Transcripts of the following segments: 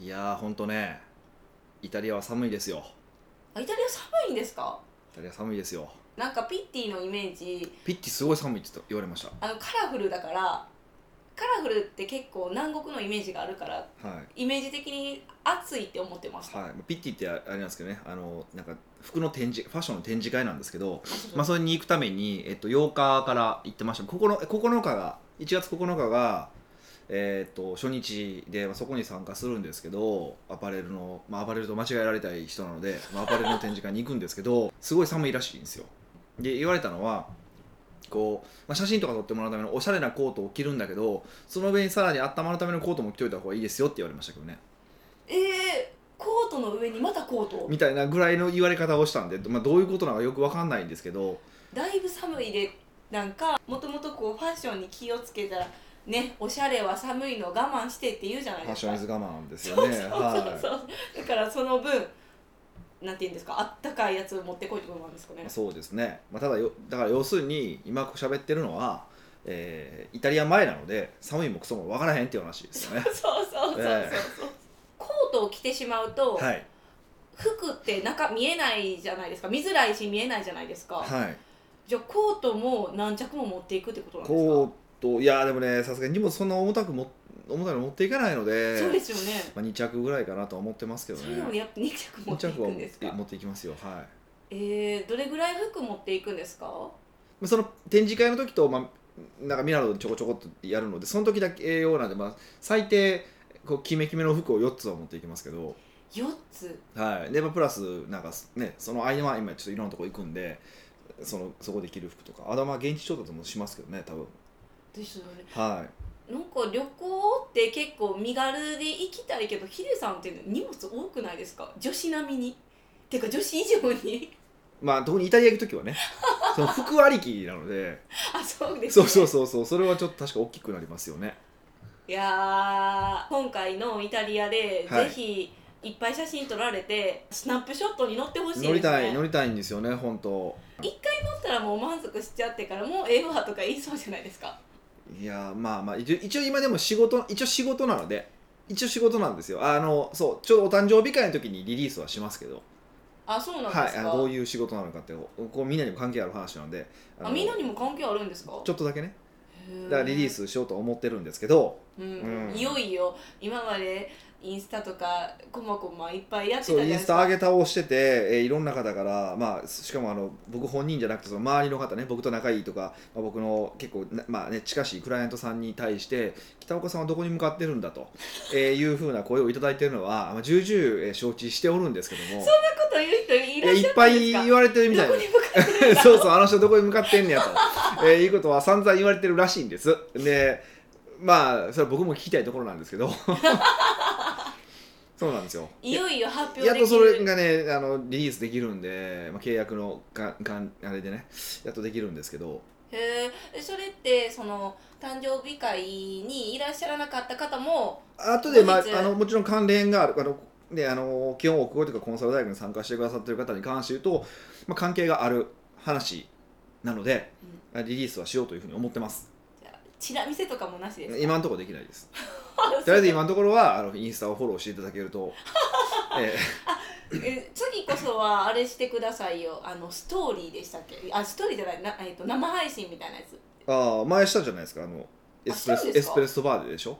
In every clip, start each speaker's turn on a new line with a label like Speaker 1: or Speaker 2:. Speaker 1: いやーほんとねイタリアは寒いですよ
Speaker 2: あイタリア寒いんですか
Speaker 1: イタリア寒いですよ
Speaker 2: なんかピッティのイメージ
Speaker 1: ピッチすごい寒いって言われました
Speaker 2: あのカラフルだからカラフルって結構南国のイメージがあるから
Speaker 1: はい
Speaker 2: イメージ的に暑いって思ってました、
Speaker 1: はい、ピッティってあれなんですけどねあのなんか服の展示ファッションの展示会なんですけど、まあ、それに行くために、えっと、8日から行ってましたここの9日が1月9日が、えっと初日で、まあ、そこに参加するんですけどアパレルの、まあ、アパレルと間違えられたい人なので、まあ、アパレルの展示会に行くんですけどすごい寒いらしいんですよで言われたのはこう、まあ、写真とか撮ってもらうためのおしゃれなコートを着るんだけどその上にさらに温まるためのコートも着といた方がいいですよって言われましたけどね
Speaker 2: えー、コートの上にまたコート
Speaker 1: みたいなぐらいの言われ方をしたんで、まあ、どういうことなのかよくわかんないんですけど
Speaker 2: だいぶ寒いでなんかもともとこうファッションに気をつけたらねおしゃれは寒いの我慢してって言うじゃな
Speaker 1: ファ
Speaker 2: い
Speaker 1: ッ
Speaker 2: です
Speaker 1: ション
Speaker 2: か
Speaker 1: イズ我慢です
Speaker 2: そ
Speaker 1: よ
Speaker 2: う
Speaker 1: ね
Speaker 2: そうそう
Speaker 1: は
Speaker 2: そうだからその分なんて言うんですかあったかいやつを持ってこいってことなんですかね
Speaker 1: いそうですね、まあ、ただよだから要するに今喋ってるのは、えーイタリア前なので寒いもクソも分からへんっていう話ですよね
Speaker 2: そうそうそうそうそう、
Speaker 1: ええ
Speaker 2: コートを着てしまうと、
Speaker 1: はい
Speaker 2: 服って中見えないじゃないですか見づらいし見えないじゃないですか、
Speaker 1: はい
Speaker 2: じゃあコートも何着も持っていくってことなんですか
Speaker 1: コートいやでもねさすがに荷物そんな重たくも重たいの持っていかないので
Speaker 2: そうですよね
Speaker 1: まあ、2着ぐらいかなとは思ってますけど
Speaker 2: それでも
Speaker 1: ね
Speaker 2: やっぱ2着持
Speaker 1: 2
Speaker 2: ってい
Speaker 1: 着
Speaker 2: く
Speaker 1: は
Speaker 2: ん
Speaker 1: 持
Speaker 2: で
Speaker 1: っ
Speaker 2: す
Speaker 1: て
Speaker 2: か
Speaker 1: 持っていきますよはい
Speaker 2: えー、どれぐらい服持っていくんですか
Speaker 1: まあその展示会の時と、まあ、なんかミラノでちょこちょこっとやるのでその時だけ用なんで、まあ、最低こうキメキメの服を4つは持っていきますけど、
Speaker 2: 4つ
Speaker 1: はい、で、まあ、プラスなんか、ね、その合間合間ちょっといろんなとこ行くんでそのそこで着る服とかあとはまあ現地調達もしますけどね多分
Speaker 2: ですよね
Speaker 1: はい
Speaker 2: なんか旅行って結構身軽で行きたいけどヒデさんって荷物多くないですか女子並みにてか女子以上に
Speaker 1: まあ特にイタリア行く時はねその服ありきなので
Speaker 2: あそうです、
Speaker 1: そ
Speaker 2: ね、
Speaker 1: うそうそうそうそれはちょっと確か大きくなりますよね
Speaker 2: いやー今回のイタリアで、
Speaker 1: はい
Speaker 2: ぜひいっぱい写真撮られてスナップショットに乗ってほしいです、ね、
Speaker 1: 乗りたい乗りたいんですよね本当
Speaker 2: 乗ったらもう満足しちゃってからもうええわとか言いそうじゃないですか
Speaker 1: いやーまあまあ一応一応今でも仕事一応仕事なので一応仕事なんですよあのそうちょうどお誕生日会の時にリリースはしますけど
Speaker 2: あそうなん
Speaker 1: は
Speaker 2: で
Speaker 1: い
Speaker 2: す
Speaker 1: あ
Speaker 2: か、
Speaker 1: のどういう仕事なのかってこうみんなにも関係ある話なのであの
Speaker 2: あみんなにも関係あるんですか
Speaker 1: ちょっとだけねだ
Speaker 2: だ
Speaker 1: からリリー、スしようと思ってるんですけど
Speaker 2: うん
Speaker 1: うん
Speaker 2: いよいよ今までインスタとかこまこまいっぱいやってた
Speaker 1: そうイ
Speaker 2: じ
Speaker 1: ン
Speaker 2: ゃないです
Speaker 1: ス
Speaker 2: か
Speaker 1: タ上げ倒してて、えーいろんな方から、まあ、しかもあの僕本人じゃなくてその周りの方ね僕と仲いいとか、まあ、僕の結構な、まあね、近しいクライアントさんに対して北岡さんはどこに向かってるんだ と、えーいうふうな声をいただいてるのは、まあ、重々えー承知しておるんですけども
Speaker 2: そんなこと言う人い
Speaker 1: い
Speaker 2: ら
Speaker 1: や
Speaker 2: っ
Speaker 1: い
Speaker 2: しゃ
Speaker 1: っ
Speaker 2: った
Speaker 1: ぱ
Speaker 2: ん
Speaker 1: い
Speaker 2: ですか
Speaker 1: 言われてるみたい
Speaker 2: ど
Speaker 1: な
Speaker 2: こ。に向かってる
Speaker 1: そうそうあの人どこに向かってんねやと、えーいうことは散々言われてるらしいんですでまあそれは僕も聞きたいところなんですけ どそうなんですよ
Speaker 2: いよいよ発表
Speaker 1: やっ
Speaker 2: で
Speaker 1: と
Speaker 2: き
Speaker 1: それ
Speaker 2: る
Speaker 1: がねあのリリースできるんで、まあ、契約のかかんあれでねやっとできるんですけど
Speaker 2: へえそれってその誕生日会にいらっしゃらなかった方も
Speaker 1: あとで、まあ
Speaker 2: 後日、
Speaker 1: あのもちろん関連があるあのねあの基本奥越えとかコンサル大学に参加してくださってる方に関して言うと、まあ、関係がある話なので、リリースはしようというふうに思ってます
Speaker 2: チラ見せとかもなしですか
Speaker 1: 今のところできないです
Speaker 2: あ
Speaker 1: とりあえず今のところはあのインスタをフォローしていただける と、え
Speaker 2: え次こそはあれしてくださいよあのストーリーでしたっけあストーリーじゃないな、えっと生配信みたいなやつ
Speaker 1: ーああ前したじゃないですかあのエスプレ
Speaker 2: あ
Speaker 1: ス
Speaker 2: そう
Speaker 1: エ
Speaker 2: です
Speaker 1: ス
Speaker 2: か
Speaker 1: プレッソバーででしょ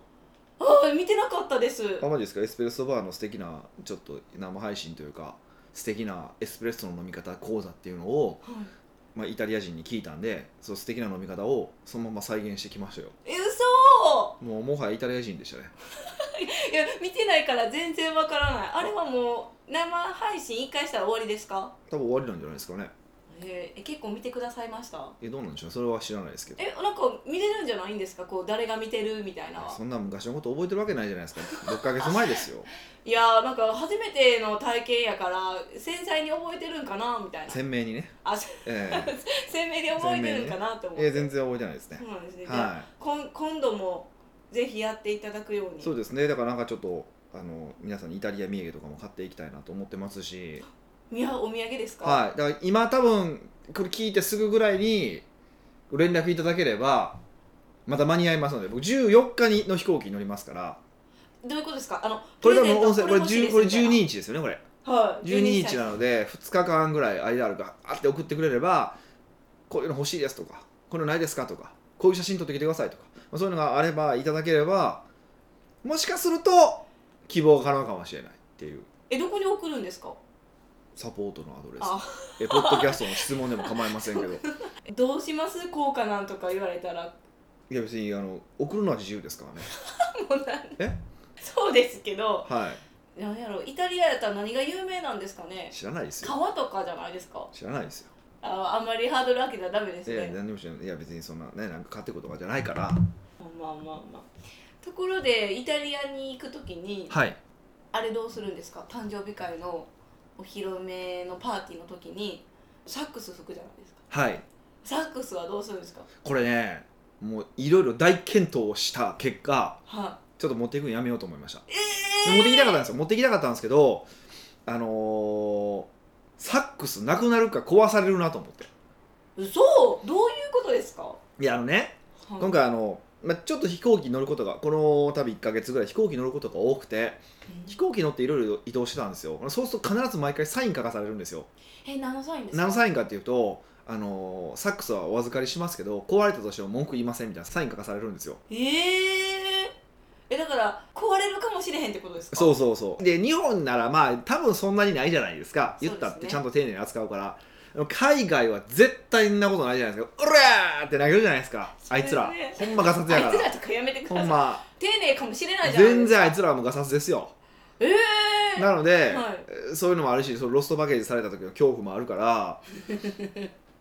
Speaker 2: ああ見てなかったです
Speaker 1: あマジですかエスプレッソバーの素敵なちょっと生配信というか素敵なエスプレッソの飲み方講座っていうのを、
Speaker 2: はい
Speaker 1: まあ、イタリア人に聞いたんでその素敵な飲み方をそのまま再現してきましたよ
Speaker 2: え嘘
Speaker 1: もうもはやイタリア人でしたね
Speaker 2: いや見てないから全然わからないあれはもう生配信一回したら終わりですか
Speaker 1: 多分終わりなんじゃないですかね
Speaker 2: えーえ結構見てくださいました
Speaker 1: えどうなんでしょうそれは知らないですけど
Speaker 2: えなんか見れるんじゃないんですかこう誰が見てるみたいな
Speaker 1: そんな昔のこと覚えてるわけないじゃないですか6ヶ月前です よ
Speaker 2: いやーなんか初めての体験やから繊細に覚えてるんかなみたいな
Speaker 1: 鮮明にね、
Speaker 2: あせ
Speaker 1: ええ
Speaker 2: 鮮明に覚えてるんかなと思って、
Speaker 1: ええ全然覚えてないですね
Speaker 2: そうなんですね、じゃあ
Speaker 1: はい
Speaker 2: 今今度もぜひやっていただくように
Speaker 1: そうですねだからなんかちょっとあの皆さんにイタリア土産とかも買っていきたいなと思ってますし、
Speaker 2: いやお土産ですか、
Speaker 1: はい、だから今多分これ聞いてすぐぐらいにご連絡いただければまた間に合いますので僕14日にの飛行機に乗りますから
Speaker 2: どういうことですかあの
Speaker 1: これ多分
Speaker 2: プレ
Speaker 1: 音
Speaker 2: ゼ
Speaker 1: 声
Speaker 2: ント
Speaker 1: これ
Speaker 2: 欲しい
Speaker 1: 10これ
Speaker 2: です
Speaker 1: 12
Speaker 2: みたいな
Speaker 1: 日ですよねこれ
Speaker 2: はい
Speaker 1: 12日
Speaker 2: 歳
Speaker 1: なので2日間ぐらい間あるからあって送ってくれればこういうの欲しいですとかこういうのないですかとかこういう写真撮ってきてくださいとか、まあ、そういうのがあればいただければもしかすると希望が叶うかもしれないっていう
Speaker 2: えどこに送るんですか
Speaker 1: サポートのアドレ
Speaker 2: あ
Speaker 1: スえポッドキャストの質問でも構いませんけ ど
Speaker 2: どうします効果なんとか言われたら
Speaker 1: いや別にあの送るのは自由ですからね
Speaker 2: もうなん
Speaker 1: え
Speaker 2: そうですけど
Speaker 1: は
Speaker 2: なんやろイタリアやったら何が有名なんですかね
Speaker 1: い知らないですよ
Speaker 2: 川とかじゃないですか
Speaker 1: 知らないですよ
Speaker 2: ああんまりハードル上げたらダメです
Speaker 1: いや
Speaker 2: ね
Speaker 1: 何にも知らないいや別にそんなねなんか買ってことかじゃないから
Speaker 2: まあまあまあまあところでイタリアに行く時に
Speaker 1: はい
Speaker 2: あれどうするんですか誕生日会のお披露目のパーティーの時にサックス吹くじゃないですか
Speaker 1: はい
Speaker 2: サックスはどうするんですか
Speaker 1: これねもういろいろ大検討をした結果
Speaker 2: は
Speaker 1: ちょっと持っていくのやめようと思いました、
Speaker 2: い
Speaker 1: 持ってきたかったんですよ持ってきたかったんですけどあのーサックスなくなるか壊されるなと思って
Speaker 2: 嘘どういうことですか、
Speaker 1: いやあのね
Speaker 2: はい
Speaker 1: 今回あの、まあ、ちょっと飛行機乗ることがこの旅1ヶ月ぐらい飛行機乗ることが多くて飛行機乗っていろいろ移動してたんですよそうすると必ず毎回サイン書かされるんですよ
Speaker 2: え何のサインですか
Speaker 1: 何のサインかっていうとあのーサックスはお預かりしますけど壊れたとしても文句言いませんみたいなサイン書かされるんですよ
Speaker 2: えええだから壊れるかもしれへんってことですか
Speaker 1: そうそうそうで日本ならまあ多分そんなにないじゃないですか
Speaker 2: そう
Speaker 1: 言っ
Speaker 2: ですね
Speaker 1: たってちゃんと丁寧に扱うから海外は絶対んなことないじゃないですか「うらー!」って投げるじゃないですか
Speaker 2: そ
Speaker 1: あ
Speaker 2: う
Speaker 1: い
Speaker 2: で
Speaker 1: つ
Speaker 2: す
Speaker 1: ら
Speaker 2: ね
Speaker 1: ほんまガサツや
Speaker 2: あ
Speaker 1: か
Speaker 2: いつら
Speaker 1: ら
Speaker 2: とかやめてくだ
Speaker 1: ほ
Speaker 2: さい
Speaker 1: んま
Speaker 2: 丁寧かもしれ ないじゃない
Speaker 1: 全
Speaker 2: です
Speaker 1: 然
Speaker 2: か
Speaker 1: あいつらはもうガサツですよ
Speaker 2: ええ
Speaker 1: なので、
Speaker 2: はい
Speaker 1: そういうのもあるしそのロストバゲージされた時の恐怖もあるから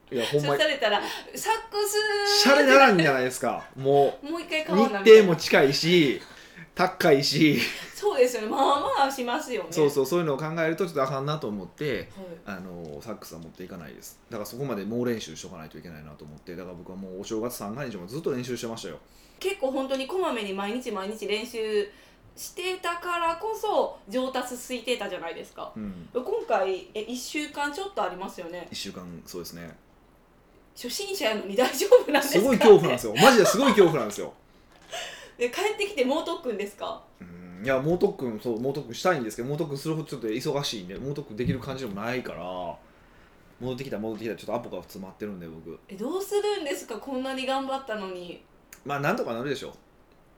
Speaker 1: いやほん
Speaker 2: そ
Speaker 1: ま
Speaker 2: うされたらサックス
Speaker 1: シャレならんじゃないですかも
Speaker 2: もう一回
Speaker 1: う
Speaker 2: 買わなみた
Speaker 1: 日
Speaker 2: い
Speaker 1: 程
Speaker 2: な
Speaker 1: も近いし高いし、
Speaker 2: そうですよねまあまあしますよね
Speaker 1: そうそうそういうのを考えるとちょっとあかんなと思って
Speaker 2: はい
Speaker 1: あのサックスは持っていかないですだからそこまで猛練習しとかないといけないなと思ってだから僕はもうお正月三が日もずっと練習してましたよ
Speaker 2: 結構本当にこまめに毎日毎日練習してたからこそ上達ついてたじゃないですか
Speaker 1: うん
Speaker 2: 今回え1週間ちょっとありますよね
Speaker 1: 1週間そうですね
Speaker 2: 初心者やのに大丈夫なんですか
Speaker 1: すごい恐怖なんですよマジですごい恐怖なんですよ
Speaker 2: で帰ってきて猛特訓ですか
Speaker 1: うんいや猛特訓そう猛特訓したいんですけど猛特訓するほどちょっと忙しいんで猛特訓できる感じでもないから戻ってきた戻ってきたちょっとアポが詰まってるんで僕
Speaker 2: えどうするんですかこんなに頑張ったのに
Speaker 1: まあなんとかなるでしょ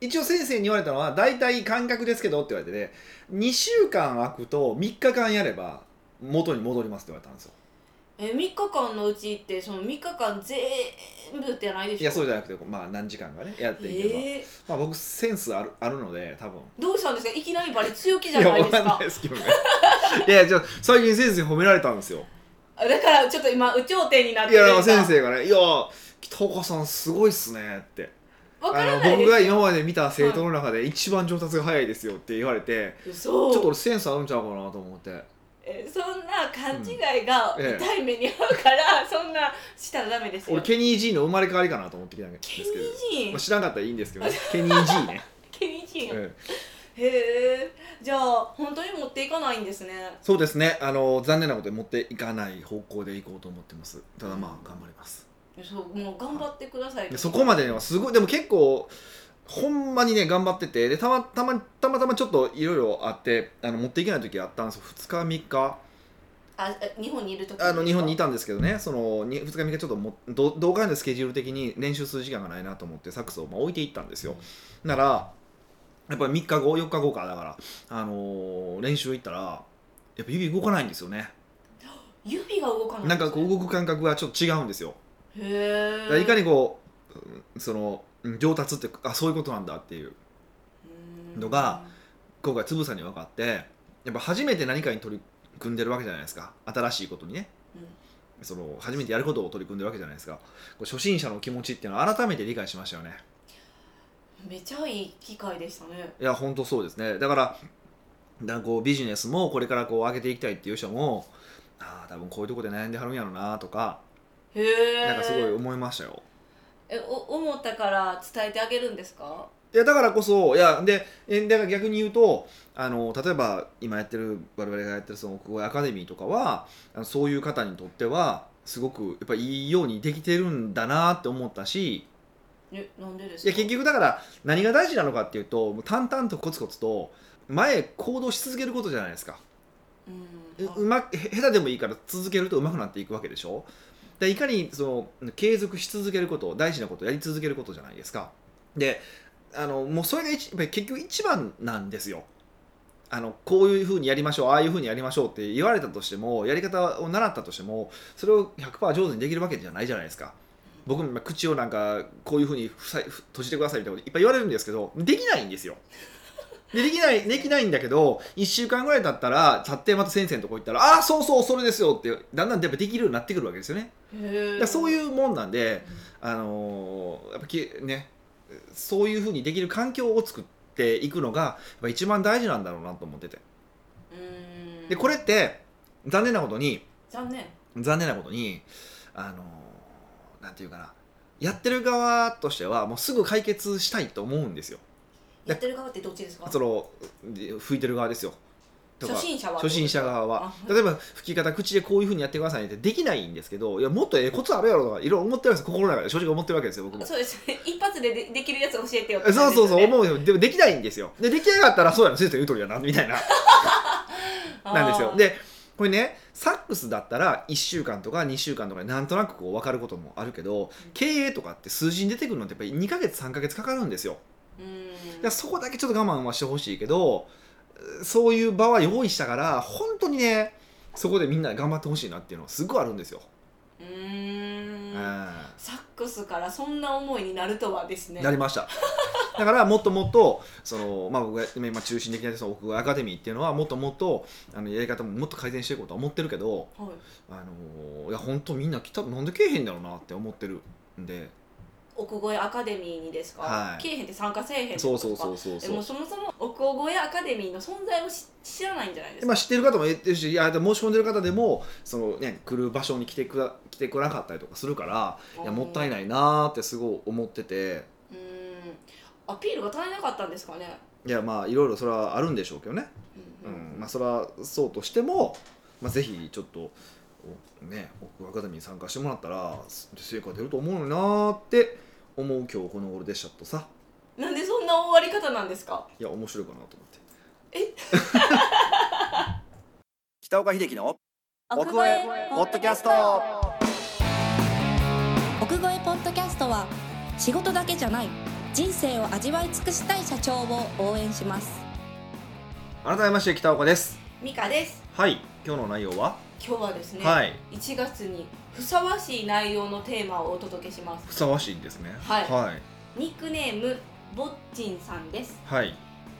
Speaker 1: う一応先生に言われたのは大体感覚ですけどって言われてね2週間空くと3日間やれば元に戻りますって言われたんですよ
Speaker 2: え3日間のうちってその3日間全部ってないでしょ
Speaker 1: いやそう
Speaker 2: う
Speaker 1: じゃなくてまあ何時間かねやっていけば、
Speaker 2: え
Speaker 1: まあ僕センスあるあるので多分
Speaker 2: ーどうしたんですかいきなりバレ強気じゃないです
Speaker 1: やわかん
Speaker 2: か
Speaker 1: ないですけどねいやじゃあ最近先生に褒められたんですよ
Speaker 2: あだからちょっと今有頂天になって
Speaker 1: いやなんか
Speaker 2: か
Speaker 1: 先生がね「いや北岡さんすごいっすね」って
Speaker 2: わか
Speaker 1: あ
Speaker 2: ら
Speaker 1: の
Speaker 2: ない
Speaker 1: 僕が
Speaker 2: です
Speaker 1: 今まで見た生徒の中で一番上達が早いですよって言われて、
Speaker 2: 嘘
Speaker 1: ちょっと俺センスあるんちゃうかなと思って
Speaker 2: えそんな勘違いが
Speaker 1: うんええ
Speaker 2: 痛い目に遭うから、 そんなしたらダメですよ
Speaker 1: 俺ケニー・ジーの生まれ変わりかなと思ってきたんです
Speaker 2: ケ
Speaker 1: け
Speaker 2: ニ
Speaker 1: ど、
Speaker 2: ージー
Speaker 1: ま
Speaker 2: ン
Speaker 1: あ、知らんかったらいいんです けどね、ケニー・ジーね、
Speaker 2: ケニージーン、
Speaker 1: うん
Speaker 2: へえじゃあ本当に持っていかないんですね
Speaker 1: そうですねあの残念なことで持っていかない方向でいこうと思ってますただまあ頑張ります
Speaker 2: そうもう頑張ってください
Speaker 1: でそこまではすごいでも結構ほんまにね頑張っててでたまたまたまたまちょっといろいろあってあの持っていけない時あったんですよ2日3日
Speaker 2: あえ日本にいる時
Speaker 1: あの日本にい
Speaker 2: た
Speaker 1: たんですけどねその 2, 日3日ちょっともど同会のスケジュール的に練習する時間がないなと思ってサックスをまあ置いていったんですよ、ならやっぱり3日後4日後かだから、あのー練習行ったらやっぱ指動かないんですよね
Speaker 2: 指が動かない
Speaker 1: なんかこう動く感覚がちょっと違うんですよ
Speaker 2: へえ
Speaker 1: だからいかにこううんそのうん上達ってあそういうことなんだっていうのが今回つぶさに分かってやっぱ初めて何かに取り組んでるわけじゃないですか新しいことにね
Speaker 2: うん
Speaker 1: その初めてやることを取り組んでるわけじゃないですかこう初心者の気持ちっていうのを改めて理解しましたよね
Speaker 2: めちゃいい機会でしたね
Speaker 1: いや本当そうですねだからだからこうビジネスもこれからこう上げていきたいっていう人もああ多分こういうとこで悩んではるんやろうなとか
Speaker 2: へえ
Speaker 1: なんかすごい思いましたよ
Speaker 2: えお思ったから伝えてあげるんですか
Speaker 1: いやだからこそいやでえだから逆に言うとあの例えば今やってる我々がやってるその国語アカデミーとかはあのそういう方にとってはすごくやっぱいいようにできてるんだなって思ったし
Speaker 2: えなんでです
Speaker 1: い
Speaker 2: か
Speaker 1: や結局だから何が大事なのかっていうともう淡々とコツコツと前へ行動し続けることじゃないですか
Speaker 2: うん
Speaker 1: う
Speaker 2: あ
Speaker 1: うまくへ下手でもいいから続けるとうまくなっていくわけでしょでいかにその継続し続けること大事なことやり続けることじゃないですかであのもうそれが一やっぱり結局一番なんですよあのこういうふうにやりましょうああいうふうにやりましょうって言われたとしてもやり方を習ったとしてもそれを100%上手にできるわけじゃないじゃないですか僕も今口をなんかこういうふうに塞い閉じてくださいみたいなこといっぱい言われるんですけどできないんですよでできないできないんだけど1週間ぐらい経ったら経ってまた先生のとこ行ったら「ああーそうそうそれですよ」ってだんだんやっぱできるようになってくるわけですよねだ
Speaker 2: へ
Speaker 1: からそう
Speaker 2: う
Speaker 1: いうもんなんで、あのーやっぱきねそういうふうにできる環境を作っていくのがやっぱ一番大事なんだろうなと思ってて
Speaker 2: うん
Speaker 1: でこれって残念なことに
Speaker 2: 残念
Speaker 1: 残念なことにあのーなんていうかなやってる側としてはもうすぐ解決したいと思うんですよ
Speaker 2: やってる側ってどっちですか
Speaker 1: その吹いてる側ですよとか
Speaker 2: 初心者は
Speaker 1: 初心者側は
Speaker 2: あ
Speaker 1: 例えば吹き方口でこういうふうにやってくださいねってできないんですけどいやもっとええコツあるやろとかいろいろ思ってるわけです心の中で正直思ってるわけですよ僕も
Speaker 2: そうですね一発ででできるやつ教えてよって
Speaker 1: えそ
Speaker 2: 感
Speaker 1: う
Speaker 2: じで
Speaker 1: そう
Speaker 2: すよ
Speaker 1: そう
Speaker 2: ね
Speaker 1: 思うよでもできないんですよで出来上がったらそうやの先生の言う通りやなみたいな なんです
Speaker 2: あ
Speaker 1: よ
Speaker 2: ー
Speaker 1: でこれねサックスだったら1週間とか2週間とかでなんとなくこう分かることもあるけど経営とかって数字に出てくるのってやっぱり2ヶ月3ヶ月かかるんですよ
Speaker 2: うん
Speaker 1: いやそこだけちょっと我慢はしてほしいけどそういう場は用意したから本当にねそこでみんな頑張ってほしいなっていうのはすごいあるんですよ、
Speaker 2: う
Speaker 1: え
Speaker 2: ーんサックスからそんな思いになるとはです
Speaker 1: え
Speaker 2: ね
Speaker 1: なりました だからもっともっとその、まあ、僕が今今中心的なその屋外アカデミーっていうのはもっともっとあのやり方ももっと改善していこうとは思ってるけど、
Speaker 2: はい、
Speaker 1: あのいや本当みんな来たなんで来えへんだろうなって思ってるんで
Speaker 2: 奥越えアカデミーにですか、
Speaker 1: はい
Speaker 2: けえへんって参加せえへんって
Speaker 1: そ
Speaker 2: こ
Speaker 1: う
Speaker 2: と
Speaker 1: そう
Speaker 2: ですか
Speaker 1: そうそう
Speaker 2: で
Speaker 1: そ
Speaker 2: も
Speaker 1: う
Speaker 2: そもそも奥越えアカデミーの存在をし知らないんじゃないです
Speaker 1: ま
Speaker 2: か
Speaker 1: あ、知ってる方も言ってるしいやでも申し込んでる方でもその、ね、来る場所に来てくだ来てこなかったりとかするからいやもったい
Speaker 2: い
Speaker 1: ないなーってすごい思ってて
Speaker 2: うーんアピールが足りなかったんですかね
Speaker 1: いやまあいろいろそれはあるんでしょうけどね、
Speaker 2: う
Speaker 1: うんんまあ、それはそうとしても、まあ、ぜひちょっとおね僕アカデミーに参加してもらったらす成果出ると思うのになーって思う今日この頃でしたとさ
Speaker 2: なんでそんな終わり方なんですか
Speaker 1: いや面白いかなと思って。
Speaker 2: え
Speaker 1: 北岡秀樹の奥越えポッドキャスト
Speaker 3: 奥越えポッドキャストは仕事だけじゃない人生を味わい尽くしたい社長を応援します
Speaker 1: 改めまして北岡です
Speaker 2: ミカです
Speaker 1: はい今日の内容は、
Speaker 2: 今日はですね、
Speaker 1: はい
Speaker 2: 1月にふさわしい内容のテーマをお届けしま
Speaker 1: ふ
Speaker 2: す
Speaker 1: さわしいんですね
Speaker 2: はい
Speaker 1: はい
Speaker 2: ニックネームぼっちんさんです
Speaker 1: はい、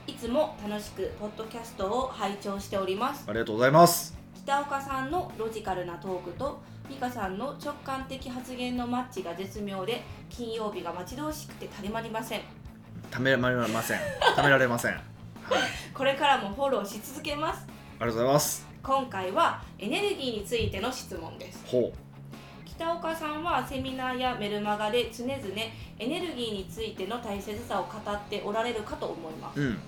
Speaker 2: いつも楽しくポッドキャストを拝聴しております
Speaker 1: ありがとうございます
Speaker 2: 北岡さんのロジカルなトークと美香さんの直感的発言のマッチが絶妙で金曜日が待ち遠しくてたれまりません
Speaker 1: ためられませんためられませんはい
Speaker 2: これからもフォローし続けます
Speaker 1: ありがとうございます
Speaker 2: 今回はエネルギーについての質問です
Speaker 1: ほ
Speaker 2: 北岡さんはセミナーやメルマガで常々エネルギーについての大切さを語っておられるかと思います
Speaker 1: ううん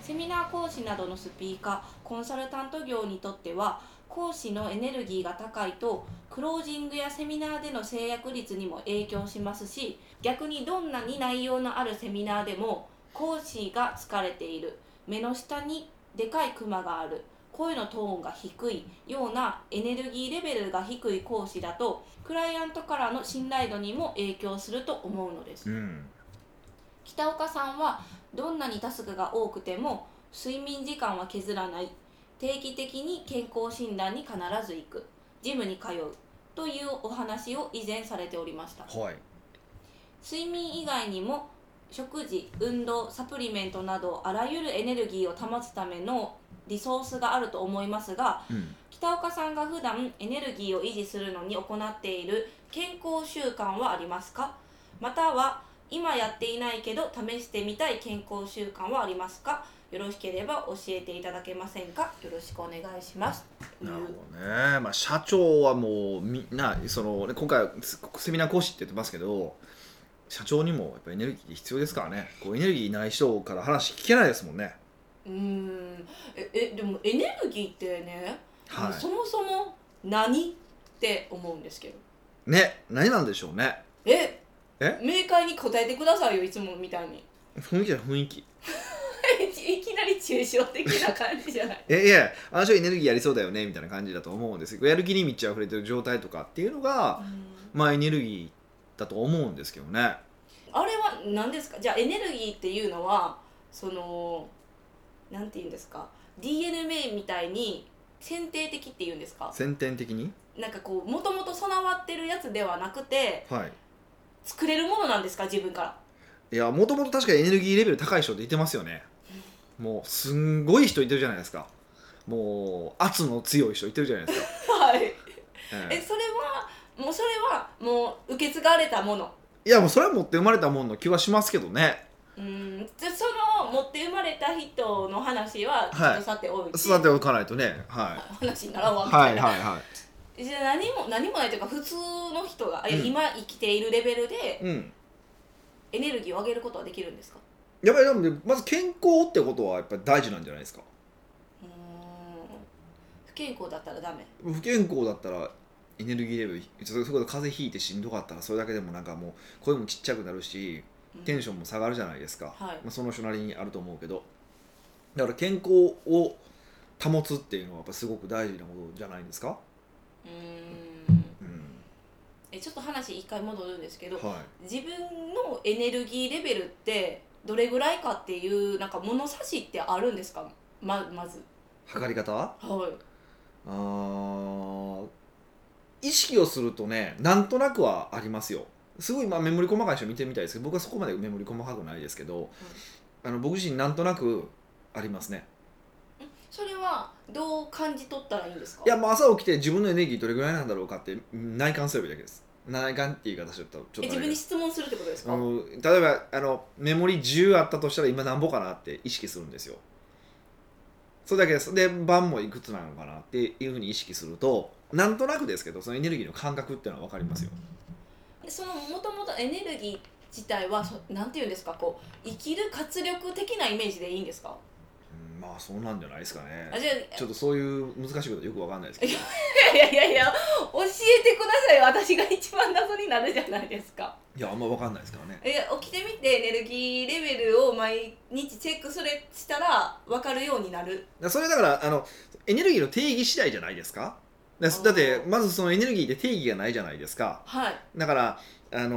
Speaker 2: セミナー講師などのスピーカーコンサルタント業にとっては講師のエネルギーが高いとクロージングやセミナーでの制約率にも影響しますし逆にどんなに内容のあるセミナーでも講師が疲れている目の下にでかいクマがある声のトーンが低いようなエネルギーレベルが低い講師だとクライアントからの信頼度にも影響すると思うのです
Speaker 1: うん
Speaker 2: 北岡さんはどんなにタスクが多くても睡眠時間は削らない定期的に健康診断に必ず行くジムに通うというお話を以前されておりました
Speaker 1: はい
Speaker 2: 睡眠以外にも食事運動サプリメントなどあらゆるエネルギーを保つためのリソースがあると思いますが
Speaker 1: うん
Speaker 2: 北岡さんが普段エネルギーを維持するのに行っている健康習慣はありますかまたは今やっていないけど試してみたい健康習慣はありますかよろしければ教えていただけませんかよろしくお願いしますとい
Speaker 1: なる
Speaker 2: う
Speaker 1: ほどね、まあ、社長はもうみんなそのね今回すセミナー講師って言ってますけど社長にもやっぱエネルギーって必要ですからねこうエネルギーない人から話聞けないですもんね
Speaker 2: うーんええでもエネルギーってね、
Speaker 1: は
Speaker 2: そもそも何って思うんですけど
Speaker 1: いね何なんでしょうね
Speaker 2: え
Speaker 1: え
Speaker 2: 明快に答えてくださいよいつもみたいに
Speaker 1: 雰囲気だ雰囲気
Speaker 2: いきなり抽象的な感じじゃない
Speaker 1: えいやあの人エネルギーやりそうだよねみたいな感じだと思うんですけどやる気に満ち溢れてる状態とかっていうのが、まあエネルギーだと思うんですけどね
Speaker 2: あれは何ですかじゃあエネルギーっていうのはそのなんて言うんですか DNA みたいに先定的っていうんですか
Speaker 1: 先天的に
Speaker 2: なんかこうもともと備わってるやつではなくて
Speaker 1: はい
Speaker 2: 作れるものなんですか自分から
Speaker 1: いやもともと確かにエネルギーレベル高い人っていてますよねもうすんごい人いてるじゃないですかもう圧の強い人いてるじゃないですか、
Speaker 2: はい
Speaker 1: え
Speaker 2: えそれはもうそれはもう受け継がれたもの
Speaker 1: えいやもうそれは持って生まれたもんの気はしますけどね
Speaker 2: うんじゃその持って生まれた人の話はちょっとさておいて、
Speaker 1: 育ておかないとねは
Speaker 2: 話にならんわ
Speaker 1: い
Speaker 2: みた
Speaker 1: はい
Speaker 2: いな、
Speaker 1: はいは
Speaker 2: じゃあ何も何もないというか普通の人が、いや
Speaker 1: うん
Speaker 2: 今生きているレベルで
Speaker 1: いうん
Speaker 2: エネルギーを上げることはできるんですか
Speaker 1: やっぱりでもねまず健康ってことはやっぱり大事なんじゃないですか
Speaker 2: うーん不健康だったらダメ
Speaker 1: 不健康だったらエネルギーレベルちょっとそれこそ風邪ひいてしんどかったらそれだけでもなんかもう声もちっちゃくなるしテンションも下がるじゃないですか、
Speaker 2: はい
Speaker 1: まあ、その人なりにあると思うけどだから健康を保つっていうのはやっぱすごく大事なことじゃないですか、
Speaker 2: うーん
Speaker 1: うん
Speaker 2: えちょっと話一回戻るんですけど
Speaker 1: は
Speaker 2: 自分のエネルギーレベルってどれぐらいかっていうなんか物差しってあるんですかままず
Speaker 1: い、測り方あ
Speaker 2: はい
Speaker 1: ー意識をするとねなんとなくはありますよすごいまあメモリ細かい人見てみたいですけど僕はそこまでメモリ細かくないですけど、あの僕自身なんとなくありますね
Speaker 2: それはどう感じ取ったらいいんですか
Speaker 1: いやもう朝起きて自分のエネルギーどれぐらいなんだろうかって内観すればいいだけです内観っていう言い方しちゃったらちょっ
Speaker 2: え
Speaker 1: とあれだけ
Speaker 2: 自分
Speaker 1: ど
Speaker 2: に質問するってことですか、
Speaker 1: あの例えばあのメモリ10あったとしたら今なんぼかなって意識するんですよそれだけですで番もいくつなのかなっていうふうに意識するとなんとなくですけどそのエネルギーの感覚っていうのは分かりますよ
Speaker 2: そのもともとエネルギー自体はそなんていうんですかこう生きる活力的なイメージでいいんですか
Speaker 1: うんまあそうなんじゃないですか
Speaker 2: あ
Speaker 1: ね
Speaker 2: じゃ
Speaker 1: ちょっとそういう難しいことよく分かんないですけど
Speaker 2: あいやいやいや教えてくださいよ私が一番謎になるじゃないですか
Speaker 1: いやあんま分かんないですからね
Speaker 2: え起きてみてエネルギーレベルを毎日チェックそれしたら分かるようになる
Speaker 1: それだからあのエネルギーの定義次第じゃないですかだだってまずそのエネルギーで定義がないじゃないですか
Speaker 2: はい
Speaker 1: だから、あのー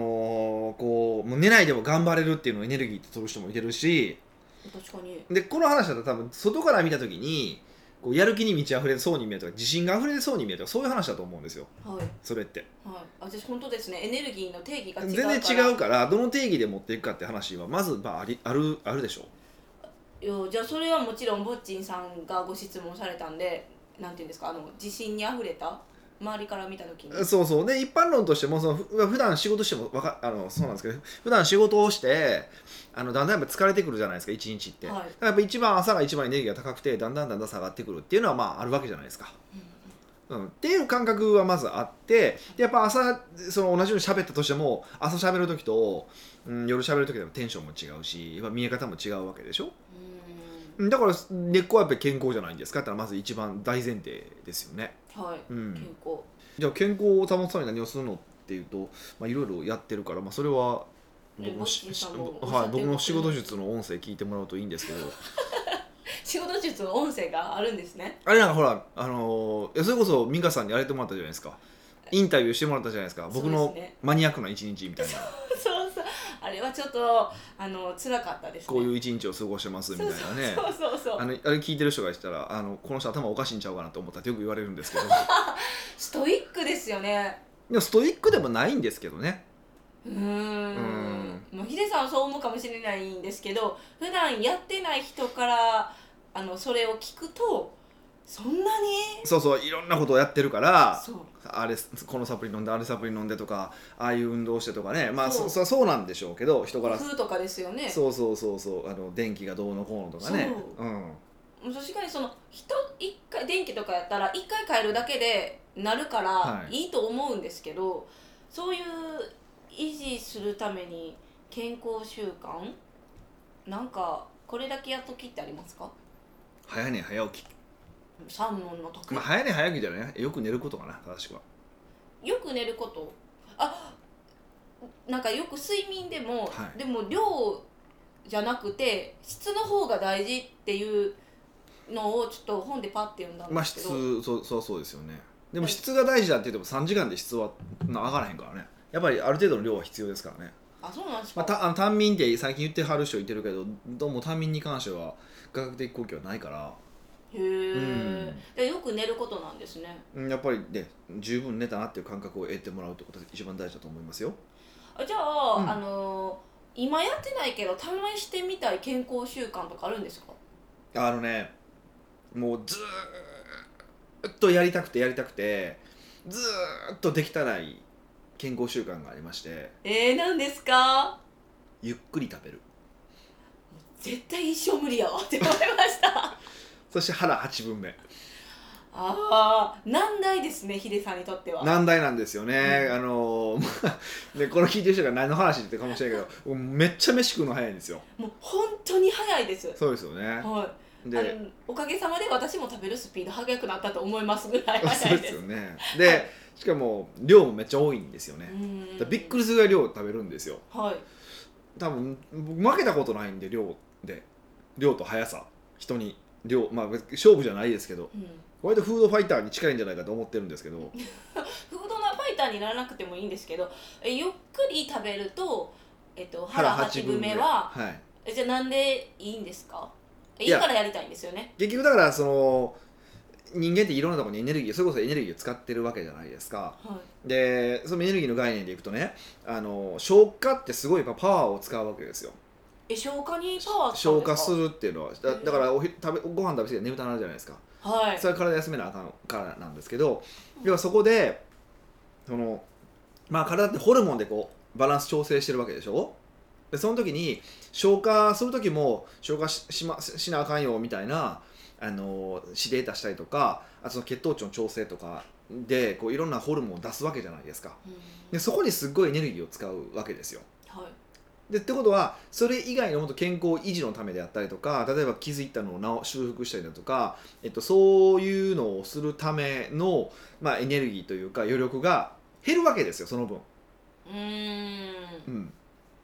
Speaker 1: こうもう寝ないでも頑張れるっていうのをエネルギーって取る人もいてるし
Speaker 2: 確かに
Speaker 1: でこの話だと多分外から見た時にこうやる気に満ち溢れそうに見えるとか自信が溢れそうに見えるとかそういう話だと思うんですよ
Speaker 2: はい
Speaker 1: それって
Speaker 2: はい私本当ですねエネルギーの定義が違
Speaker 1: 全
Speaker 2: うから
Speaker 1: 然違うからどの定義で持っていくかって話はまず、まあ、ありあるあるでしょう
Speaker 2: いやじゃあそれはもちろんぼっちんさんがご質問されたんでなんていうんですかあの自信にあふれた周りから見た時に
Speaker 1: そうそうで一般論としてもそのふ普段仕事してもわかあのそうなんですけど普段仕事をしてあのだんだんやっぱ疲れてくるじゃないですか一日って、
Speaker 2: はい
Speaker 1: だからやっぱ一番朝が一番エネルギーが高くてだんだんだんだん下がってくるっていうのはまああるわけじゃないですか。うん、っていう感覚はまずあってでやっぱ朝その同じように喋ったとしても朝喋る時と、うん、夜喋る時でもテンションも違うしやっぱ見え方も違うわけでしょ
Speaker 2: う
Speaker 1: うんだから根っこはやっぱり健康じゃないんですかってのはまず一番大前提ですよね。
Speaker 2: ーんはい
Speaker 1: うん、
Speaker 2: 健康
Speaker 1: じゃあ健康を保つために何をするのっていうとまあいろいろやってるから、まあ、それは
Speaker 2: ね
Speaker 1: 僕のし
Speaker 2: ボッキー
Speaker 1: し
Speaker 2: さんもおっしゃ
Speaker 1: は
Speaker 2: っ
Speaker 1: い、
Speaker 2: てる
Speaker 1: 僕の仕事術の音声聞いてもらうといいんですけど
Speaker 2: 仕事術の音声があるんですね
Speaker 1: あれなんかほら、あのーいやそれこそ美香さんにあれてもらったじゃないですかインタビューしてもらったじゃないですか僕
Speaker 2: そう
Speaker 1: の
Speaker 2: ですね
Speaker 1: マニアックな一日みたいな、
Speaker 2: そうそうあれはちょっとあの辛かったですね
Speaker 1: こういう一日を過ごしてますみたいなね
Speaker 2: そうそうそうそ
Speaker 1: あ
Speaker 2: う
Speaker 1: のあれ聞いてる人がしたらあのこの人頭おかしいんちゃうかなと思ったってよく言われるんですけど
Speaker 2: ストイックですよね
Speaker 1: でもストイックでもないんですけどね
Speaker 2: うーん
Speaker 1: う
Speaker 2: まあヒデさんはそう思うかもしれないんですけど普段やってない人からあのそれを聞くとそんなに
Speaker 1: そうそういろんなことをやってるから
Speaker 2: そう
Speaker 1: あれこのサプリ飲んであれサプリ飲んでとかああいう運動してとかねまあ
Speaker 2: そ
Speaker 1: そううそうそうなんでしょうけど人から
Speaker 2: 風とかですよね
Speaker 1: そうそうそうそうあの電気がどうのこうのとかね、
Speaker 2: そう
Speaker 1: ん、
Speaker 2: もう確かにその人一回電気とかやったら一回変えるだけでなるから
Speaker 1: はい
Speaker 2: いいと思うんですけど、そういう維持するために健康習慣なんかこれだけやっときってありますか
Speaker 1: 早寝早起き、
Speaker 2: 三問の得、
Speaker 1: まあ、早寝早起きじゃないよく寝ることかな正しくは
Speaker 2: よく寝ることあなんかよく睡眠でも、
Speaker 1: はい
Speaker 2: でも量じゃなくて質の方が大事っていうのをちょっと本でパッて読んだん
Speaker 1: ま
Speaker 2: で
Speaker 1: あ
Speaker 2: すけ
Speaker 1: 質
Speaker 2: ど、
Speaker 1: そうそうそうですよねでも質が大事だって言っても3時間で質はな上がらへんからねやっぱりある程度の量は必要ですからね、
Speaker 2: あそうなんですか、
Speaker 1: まあ、たあの単眠って最近言ってはる人いてるけどどうも単眠に関しては科学的根拠はないから
Speaker 2: へえ、でよく寝ることなんですね
Speaker 1: うんやっぱりね十分寝たなっていう感覚を得てもらうってことが一番大事だと思いますよ
Speaker 2: あじゃあ、
Speaker 1: うん
Speaker 2: あのー今やってないけど試してみたい健康習慣とかあるんですか
Speaker 1: あのねもうずーっとやりたくてやりたくてずーっとできたない健康習慣がありまして
Speaker 2: えー、なんですか
Speaker 1: ゆっくり食べる
Speaker 2: 絶対一生無理やわって思いました
Speaker 1: そして腹8分目
Speaker 2: ああ難題ですねヒデさんにとっては
Speaker 1: 難題なんですよね、あの ーまあねこれ聞いてる人が何の話って言ってるかもしれないけどめっちゃ飯食うの早いんですよ
Speaker 2: もう本当に早いです
Speaker 1: そうですよね
Speaker 2: はいあ
Speaker 1: で
Speaker 2: のおかげさまで私も食べるスピード速くなったと思いますぐらい
Speaker 1: そ
Speaker 2: 早
Speaker 1: うで
Speaker 2: いですす
Speaker 1: よねでしかも量もめっちゃ多いんですよね、だからびっく
Speaker 2: り
Speaker 1: りするぐらい量食べるんですよ
Speaker 2: はい
Speaker 1: 多分僕負けたことないんで量で量と速さ人に量まあ別に勝負じゃないですけど
Speaker 2: うん
Speaker 1: 割とフードファイターに近いんじゃないかと思ってるんですけど
Speaker 2: フードなファイターにならなくてもいいんですけどえゆっくり食べると、えっと、腹八分目は
Speaker 1: はい
Speaker 2: えじゃあなんでいいんですかえい
Speaker 1: い
Speaker 2: い
Speaker 1: や
Speaker 2: からやりたいんですよね
Speaker 1: 結局だからその人間っていろんなところにエネルギーそれこそエネルギーを使ってるわけじゃないですか
Speaker 2: はい
Speaker 1: でそのエネルギーの概念でいくとねあの消化ってすごいやっぱパワーを使うわけですよ
Speaker 2: え消化にパワー使う
Speaker 1: 消
Speaker 2: んで
Speaker 1: 化
Speaker 2: か
Speaker 1: するっていうのはだだからおひ食べご飯食べて眠たなるじゃないですか
Speaker 2: はい
Speaker 1: それは体休めなあかんからなんですけど要はそこでその、まあ、体ってホルモンでこうバランス調整してるわけでしょでその時に消化する時も消化ししましなあかんよみたいなあの指令出したりとかあとその血糖値の調整とかでこういろんなホルモンを出すわけじゃないですか
Speaker 2: うん
Speaker 1: でそこにすっごいエネルギーを使うわけですよ
Speaker 2: はい
Speaker 1: でってことはそれ以外のもっと健康維持のためであったりとか例えば傷いったのを直修復したりだとか、えっと、そういうのをするための、まあ、エネルギーというか余力が減るわけですよその分、
Speaker 2: うーん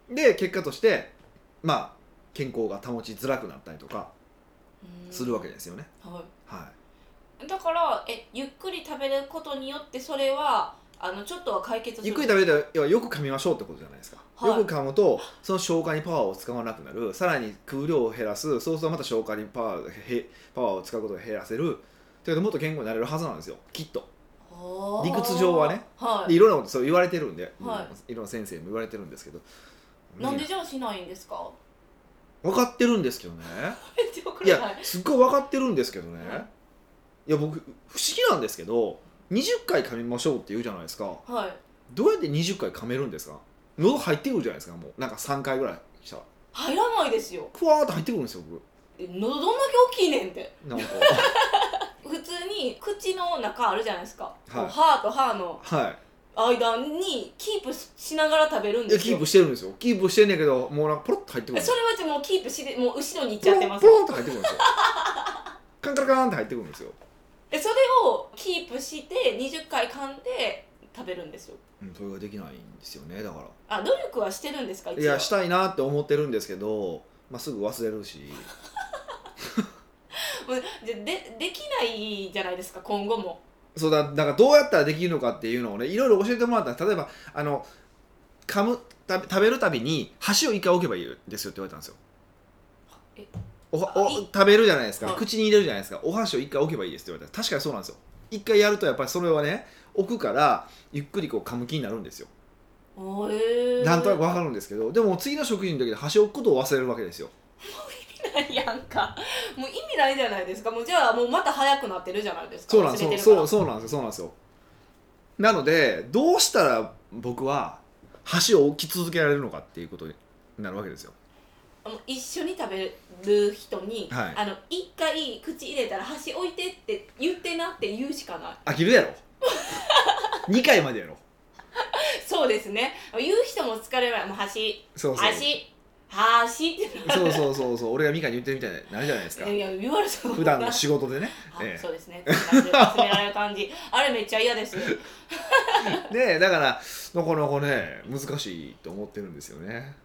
Speaker 1: うん、で結果としてまあ健康が保ちづらくなったりとか
Speaker 2: うん
Speaker 1: するわけですよね、
Speaker 2: は
Speaker 1: はい
Speaker 2: だからえゆっくり食べることによってそれはあのちょっとは解決す
Speaker 1: い、
Speaker 2: る
Speaker 1: ゆっくり食べる要はよく噛みましょうってことじゃないですか、
Speaker 2: はい
Speaker 1: よく噛むとその消化にパワーを使わなくなるさらに空量を減らすそうするとまた消化にパワーへパワーを使うことを減らせるということでもっと健康になれるはずなんですよきっと
Speaker 2: あー
Speaker 1: 理屈上はね
Speaker 2: は
Speaker 1: でいろんなことそう言われてるんで、、
Speaker 2: はい
Speaker 1: ろんな先生も言われてるんですけど
Speaker 2: いなんで
Speaker 1: ね
Speaker 2: じゃあしないんですか
Speaker 1: 分かってるんですけど ね
Speaker 2: めっちゃ怒
Speaker 1: い
Speaker 2: られな
Speaker 1: や
Speaker 2: い
Speaker 1: すっごい分かってるんですけどね、
Speaker 2: はい
Speaker 1: い、や僕不思議なんですけど20回噛みましょうって言うじゃないですか
Speaker 2: はい
Speaker 1: どうやって20回噛めるんですか喉入ってくるじゃないですかもうなんか3回ぐらいしたら
Speaker 2: 入らないですよ
Speaker 1: ふわーっと入ってくるんですよ僕
Speaker 2: え喉どんだけ大きいねんって
Speaker 1: なんか
Speaker 2: 普通に口の中あるじゃないですか、こう
Speaker 1: はい
Speaker 2: 歯と歯の
Speaker 1: は
Speaker 2: 間にキープしながら食べるん
Speaker 1: いいや
Speaker 2: です
Speaker 1: キ
Speaker 2: よ
Speaker 1: ープしてるんですよキープしてんねんけどもうなんかポロッと入ってくるんで
Speaker 2: え
Speaker 1: す
Speaker 2: そ
Speaker 1: よ
Speaker 2: れはちょっともうキープしてもう後ろに行っ
Speaker 1: ポ
Speaker 2: ちゃ
Speaker 1: ロ
Speaker 2: ってま
Speaker 1: ン
Speaker 2: す
Speaker 1: ポロンと入ってくるんですよカンカラカーンって入ってくるんですよ、
Speaker 2: えそれをキープして20回噛んで食べるんですよ
Speaker 1: うん、それができないんですよねだから
Speaker 2: あ努力はしてるんですか一応
Speaker 1: いやしたいなって思ってるんですけど、まあ、すぐ忘れるし
Speaker 2: もうででできないじゃないですか今後も
Speaker 1: そうだだからどうやったらできるのかっていうのをねいろいろ教えてもらったんです例えばあの噛む食べ食べるたびに箸を一回置けばいいですよって言われたんですよ
Speaker 2: え
Speaker 1: おは
Speaker 2: あ
Speaker 1: お
Speaker 2: い
Speaker 1: 食べるじゃないですか
Speaker 2: はい
Speaker 1: 口に入れるじゃないですかお箸を一回置けばいいですって言われた確かにそうなんですよ一回やるとやっぱりそれはね置くからゆっくりこう噛む気になるんですよ
Speaker 2: おーえー、
Speaker 1: なんとなくわかるんですけどでも次の食事の時で箸を置くことを忘れるわけですよ
Speaker 2: 意 味ないやんかもう意味ないじゃないですかもうじゃあもうまた早くなってるじゃないですか
Speaker 1: そうなんです
Speaker 2: 忘
Speaker 1: そう
Speaker 2: れてるか
Speaker 1: そ
Speaker 2: ら
Speaker 1: うそうなんですよそうなんですよなのでどうしたら僕は箸を置き続けられるのかっていうことになるわけですよ
Speaker 2: あの一緒に食べる人に、
Speaker 1: はい
Speaker 2: あの一回口入れたら箸置いてって言ってなって言うしかない
Speaker 1: 飽きる やろ2回までやろ
Speaker 2: そうですね言う人も疲れないもう箸
Speaker 1: そうそう
Speaker 2: 箸箸って
Speaker 1: そうそうそうそう俺がミカに言ってるみたいになるじゃないですか
Speaker 2: いやいや言われたこと
Speaker 1: 普段 の仕事でね、
Speaker 2: あ
Speaker 1: え
Speaker 2: そうですね詰められる感じあれめっちゃ嫌です
Speaker 1: でだからなかなかね難しいと思ってるんですよね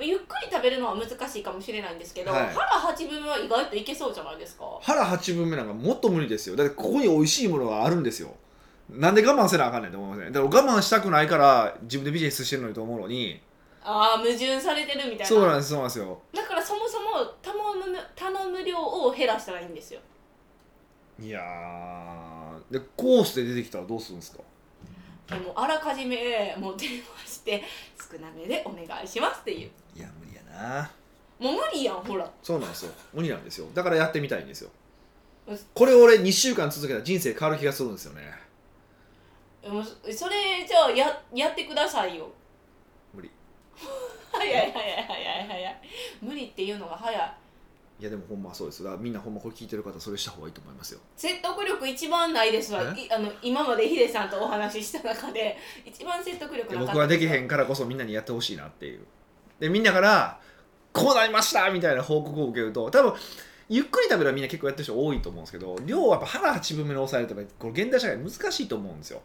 Speaker 2: ゆっくり食べるのは難しいかもしれないんですけど、
Speaker 1: はい
Speaker 2: 腹八分は意外といけそうじゃないですか
Speaker 1: 腹八分目なんかもっと無理ですよだってここに美味しいものがあるんですよなんで我慢せなあかんねんと思いませんだから我慢したくないから自分でビジネスしてるのにと思うのに
Speaker 2: ああ矛盾されてるみたいな
Speaker 1: そうなんですそうなんですよ
Speaker 2: だからそもそも頼む頼む量を減らしたらいいんですよ
Speaker 1: いやーでコースで出てきたらどうするんですか
Speaker 2: でもあらかじめもう電話して少なめでお願いしますっていう
Speaker 1: いや無理やな
Speaker 2: もう無理やんほら
Speaker 1: そうなんですよ無理なんですよだからやってみたいんですよ
Speaker 2: うん
Speaker 1: これ俺2週間続けたら人生変わる気がするんですよね
Speaker 2: もうそれじゃあややってくださいよ
Speaker 1: 無理
Speaker 2: 早い早い早い早い無理っていうのが早い
Speaker 1: いやでもほんまそうですだからみんなほんまこれ聞いてる方それした方がいいと思いますよ
Speaker 2: 説得力一番ないですわ
Speaker 1: え
Speaker 2: いあの今までヒデさんとお話しした中で一番説得力
Speaker 1: で
Speaker 2: なかった
Speaker 1: 僕はできへ
Speaker 2: ん
Speaker 1: んからこそみんなにやってほしいなっていうでみんなから「こうなりました!」みたいな報告を受けると多分ゆっくり食べるのはみんな結構やってる人多いと思うんですけど量はやっぱ腹八分目に抑えるとかこれ現代社会難しいと思うんですよ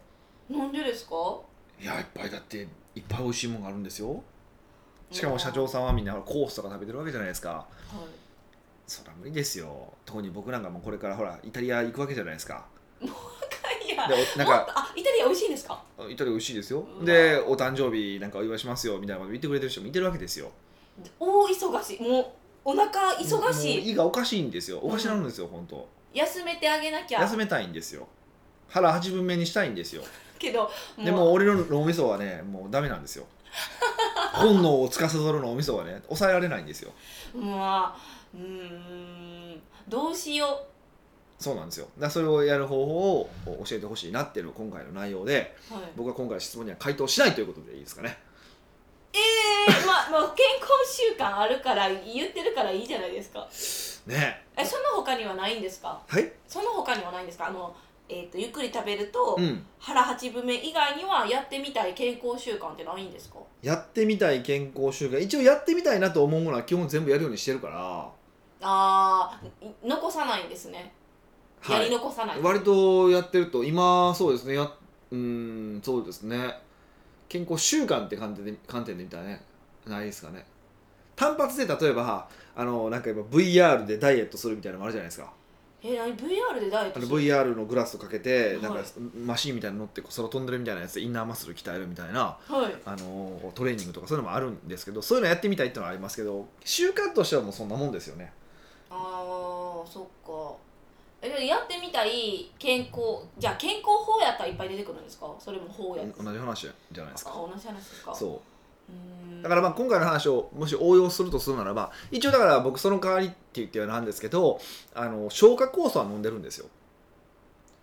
Speaker 2: なんでですか
Speaker 1: いやいっぱいだっていっぱい美味しいものがあるんですよしかも社長さんはみんなコースとか食べてるわけじゃないですか
Speaker 2: はい
Speaker 1: そりゃ無理ですよ特に僕なんかもうこれからほらイタリア行くわけじゃないですか
Speaker 2: いや
Speaker 1: でおなん
Speaker 2: もっ
Speaker 1: か
Speaker 2: とあイタリア美味しいんですか
Speaker 1: イタリア美味しいですよ
Speaker 2: うわ
Speaker 1: でお誕生日なんかお祝いしますよみたいなこと言ってくれてる人もいてるわけですよ
Speaker 2: 大忙しいもうお腹忙し
Speaker 1: もう
Speaker 2: い
Speaker 1: 胃がおかしいんですよおかしなるんですよ本当
Speaker 2: 休めてあげなきゃ
Speaker 1: 休めたいんですよ腹八分目にしたいんですよ
Speaker 2: けど
Speaker 1: でも俺の脳みそはねもうダメなんですよ本能を司る脳みそはね抑えられないんですよ
Speaker 2: まあうーんどうしよ
Speaker 1: そうなんですよだからそれをやる方法を教えてほしいなっていうのが今回の内容で
Speaker 2: う、はい、
Speaker 1: 僕は今回質問には回答しないということでいいですかね
Speaker 2: ええまあ、まあ、健康習慣あるから言ってるからいいじゃないですか
Speaker 1: ね
Speaker 2: えその他にはないんですか
Speaker 1: はい
Speaker 2: その他にはないんですかあの、えー、とゆっくり食べると、
Speaker 1: うん
Speaker 2: 腹八分目以外にはやってみたい健康習慣ってないんですか
Speaker 1: やってみたい健康習慣一応やってみたいなと思うものは基本全部やるようにしてるから、
Speaker 2: あーい残さないんですね、やり残さない
Speaker 1: 割とやってると今そうですねやうーんそうですね健康習慣って観点で観点で見たらねないですかね単発で例えばあのなんか今 VR でダイエットするみたいなのもあるじゃないですか
Speaker 2: え何 VR でダイエッ
Speaker 1: あ
Speaker 2: ト
Speaker 1: の
Speaker 2: する
Speaker 1: VR のグラスをかけてなんか
Speaker 2: はい
Speaker 1: マシンみたいなの乗ってこう空飛んでるみたいなやつでインナーマッスル鍛えるみたいな
Speaker 2: はい
Speaker 1: あのトレーニングとかそういうのもあるんですけどそういうのやってみたいっていうのはありますけど習慣としてはもうそんなもんですよね
Speaker 2: あーそっかえでやってみたい健康じゃあ健康法やったらいっぱい出てくるんですかそれも法やつ
Speaker 1: 同じ話じゃないです
Speaker 2: あ
Speaker 1: か
Speaker 2: 同じ話ですか
Speaker 1: そう
Speaker 2: うーん
Speaker 1: だからまあ今回の話をもし応用するとするならば一応だから僕その代わりって言ってはなんですけどあの消化酵素は飲んでるんですよ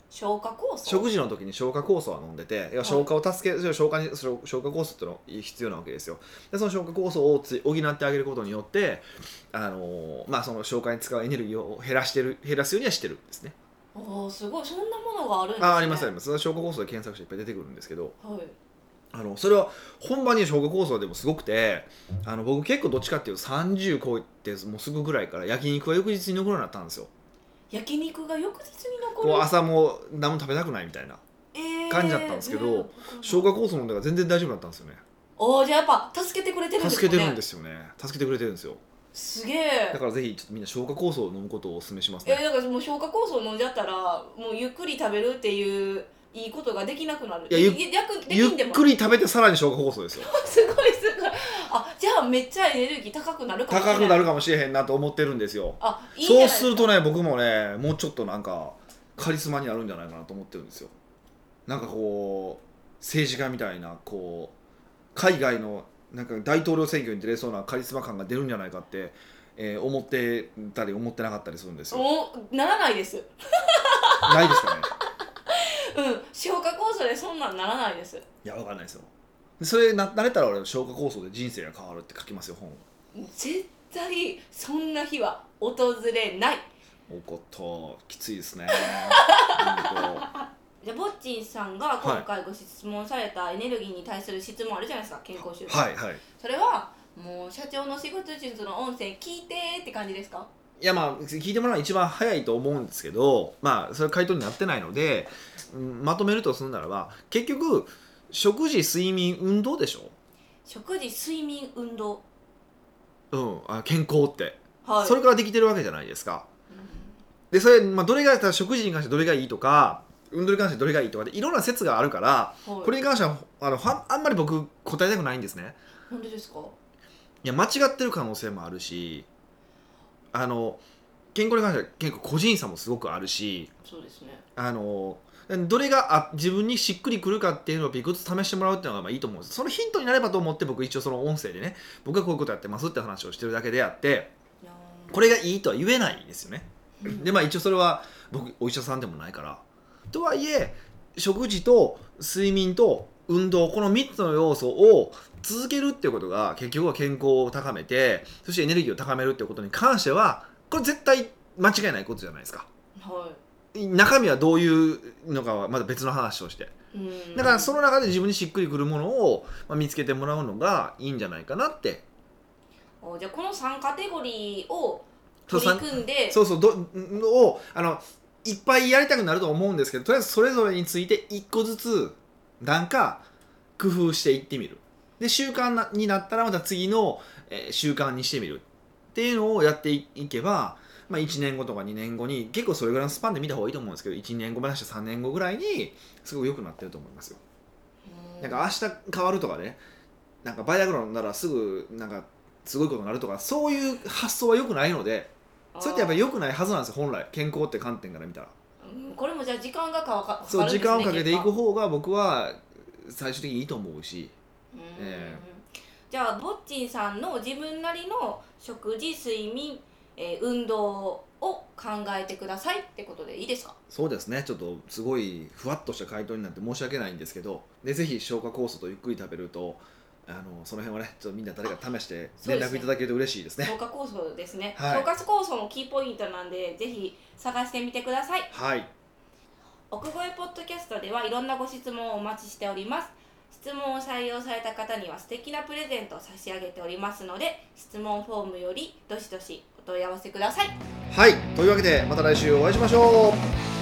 Speaker 2: 消化酵素
Speaker 1: 食事の時に消化酵素は飲んでて要は消化を助け、消化に消消化酵素っていうのが必要なわけですよでその消化酵素をつ補ってあげることによってあの、まあ、その消化に使うエネルギーを減らしてる減らすようにはしてるんですね
Speaker 2: あーすごいそんなものがあるんです、ね、
Speaker 1: あありますあり
Speaker 2: ま
Speaker 1: ます消化酵素で検索していっぱい出てくるんですけど
Speaker 2: すはい
Speaker 1: あのそれは本場に消化酵素でもすごくてあの僕結構どっちかっていうと30超えてもうすぐぐらいから焼肉は翌日に残るようになったんですよ
Speaker 2: 焼肉が翌日に残
Speaker 1: こう
Speaker 2: る
Speaker 1: 朝もう何も食べたくないみたいな
Speaker 2: え
Speaker 1: 感じだったんですけど消化酵素飲んだから全然大丈夫だったんですよね
Speaker 2: おじゃあやっぱ助けてくれてるんです
Speaker 1: 助けてるんですすよね助けてくれてるんですよ
Speaker 2: すげえ
Speaker 1: だからぜひちょっとみんな消化酵素を飲むことをお勧めします
Speaker 2: えー
Speaker 1: ね
Speaker 2: だからもう消化酵素を飲んじゃったらもうゆっくり食べるっていういいことができなくなる
Speaker 1: いやゆっ
Speaker 2: 逆で
Speaker 1: ゆ
Speaker 2: きんで
Speaker 1: っ
Speaker 2: も
Speaker 1: くり食べてさらに消化酵素ですよ
Speaker 2: すごいすごいあじゃあめっちゃエネルギー高くなるかもしれない
Speaker 1: 高くなるかもしれへんなと思ってるんですよ
Speaker 2: あいいじゃな
Speaker 1: そ
Speaker 2: いう
Speaker 1: するとね僕もねもうちょっとなんかカリスマになるんじゃないかなと思ってるんですよなんかこう政治家みたいなこう海外のなんか大統領選挙に出れそうなカリスマ感が出るんじゃないかって、えー思ってたり思ってなかったりするんですよ
Speaker 2: もうならないですうん
Speaker 1: ないですかね
Speaker 2: 消化酵素でそんなんならないです
Speaker 1: いやわかんないですよでそれななれたら俺消化酵素で人生が変わるって書きますよ本を
Speaker 2: 絶対そんな日は訪れない
Speaker 1: おこときついです ね本
Speaker 2: じゃあぼっちんさんが今回ご質問されたエネルギーに対する質問あるじゃないですか健康習
Speaker 1: 当
Speaker 2: 慣、
Speaker 1: はいはい
Speaker 2: それはもう社長の仕事術の音声聞いてーって感じですか
Speaker 1: いやまあ聞いてもらうのが一番早いと思うんですけどまあそれは回答になってないのでうんまとめるとするならば結局食事睡眠運動でしょ
Speaker 2: 食事睡眠運動
Speaker 1: うんあ健康って、
Speaker 2: はい
Speaker 1: それからできてるわけじゃないですか
Speaker 2: う
Speaker 1: でそれ、まあ、どれがただ食事に関してどれがいいとか運動に関してどれがいいとかでいろんな説があるから
Speaker 2: んはい
Speaker 1: これに関してはあのはあんまり僕答えたくないんですね
Speaker 2: なんでですか
Speaker 1: いや間違ってる可能性もあるしあの健康に関しては結構個人差もすごくあるし
Speaker 2: そうですね
Speaker 1: あのどれがあ自分にしっくりくるかっていうのをいくつ試してもらうっていうのがまあいいと思うんですそのヒントになればと思って僕一応その音声でね僕はこういうことやってますって話をしてるだけであって
Speaker 2: いやー
Speaker 1: これがいいとは言えないんですよね
Speaker 2: うん
Speaker 1: でまあ一応それは僕お医者さんでもないからとはいえ食事と睡眠と運動この3つの要素を続けるっていうことが結局は健康を高めてそしてエネルギーを高めるっていうことに関してはこれ絶対間違いないことじゃないですか
Speaker 2: は
Speaker 1: 中身はどういうのかはまだ別の話として
Speaker 2: いうん
Speaker 1: だからその中で自分にしっくりくるものをまあ見つけてもらうのがいいんじゃないかなって
Speaker 2: おじゃあこの3カテゴリーを
Speaker 1: そう
Speaker 2: 取り組んで
Speaker 1: そうそうどをあのいっぱいやりたくなると思うんですけどとりあえずそれぞれについて一個ずつなんか工夫していってみるで習慣なになったらまた次の、えー習慣にしてみるっていうのをやっていいけば、まあ、1年後とか2年後に結構それぐらいのスパンで見た方がいいと思うんですけど1年後またして3年後ぐらいにすごく良くなってると思いますよ
Speaker 2: うん
Speaker 1: なんか明日変わるとかねなんかバイアグラ飲んだらすぐなんかすごいことになるとかそういう発想は良くないのでそれってやっぱり良くないはずなんですよ本来健康って観点から見たら
Speaker 2: うんこれもじゃあ時間がかか
Speaker 1: そう時間をかけていく
Speaker 2: う
Speaker 1: 方が僕は最終的にいいと思うし
Speaker 2: ん
Speaker 1: え
Speaker 2: じゃあぼっちんさんの自分なりの食事睡眠、えー運動を考えてくださいってことでいいですか
Speaker 1: そうですねちょっとすごいふわっとした回答になって申し訳ないんですけどでぜひ消化酵素とゆっくり食べるとあのその辺はねちょっとみんな誰か試して
Speaker 2: そう
Speaker 1: 連
Speaker 2: です
Speaker 1: 絡
Speaker 2: ね
Speaker 1: いただけると嬉しいですね
Speaker 2: 消化酵素ですね、
Speaker 1: はい
Speaker 2: 消化酵素もキーポイントなんでぜひ探してみてください
Speaker 1: はい
Speaker 2: 奥越ポッドキャストではいろんなご質問をお待ちしております質問を採用された方には素敵なプレゼントを差し上げておりますので質問フォームよりどしどしお問い合わせください
Speaker 1: はいというわけでまた来週お会いしましょう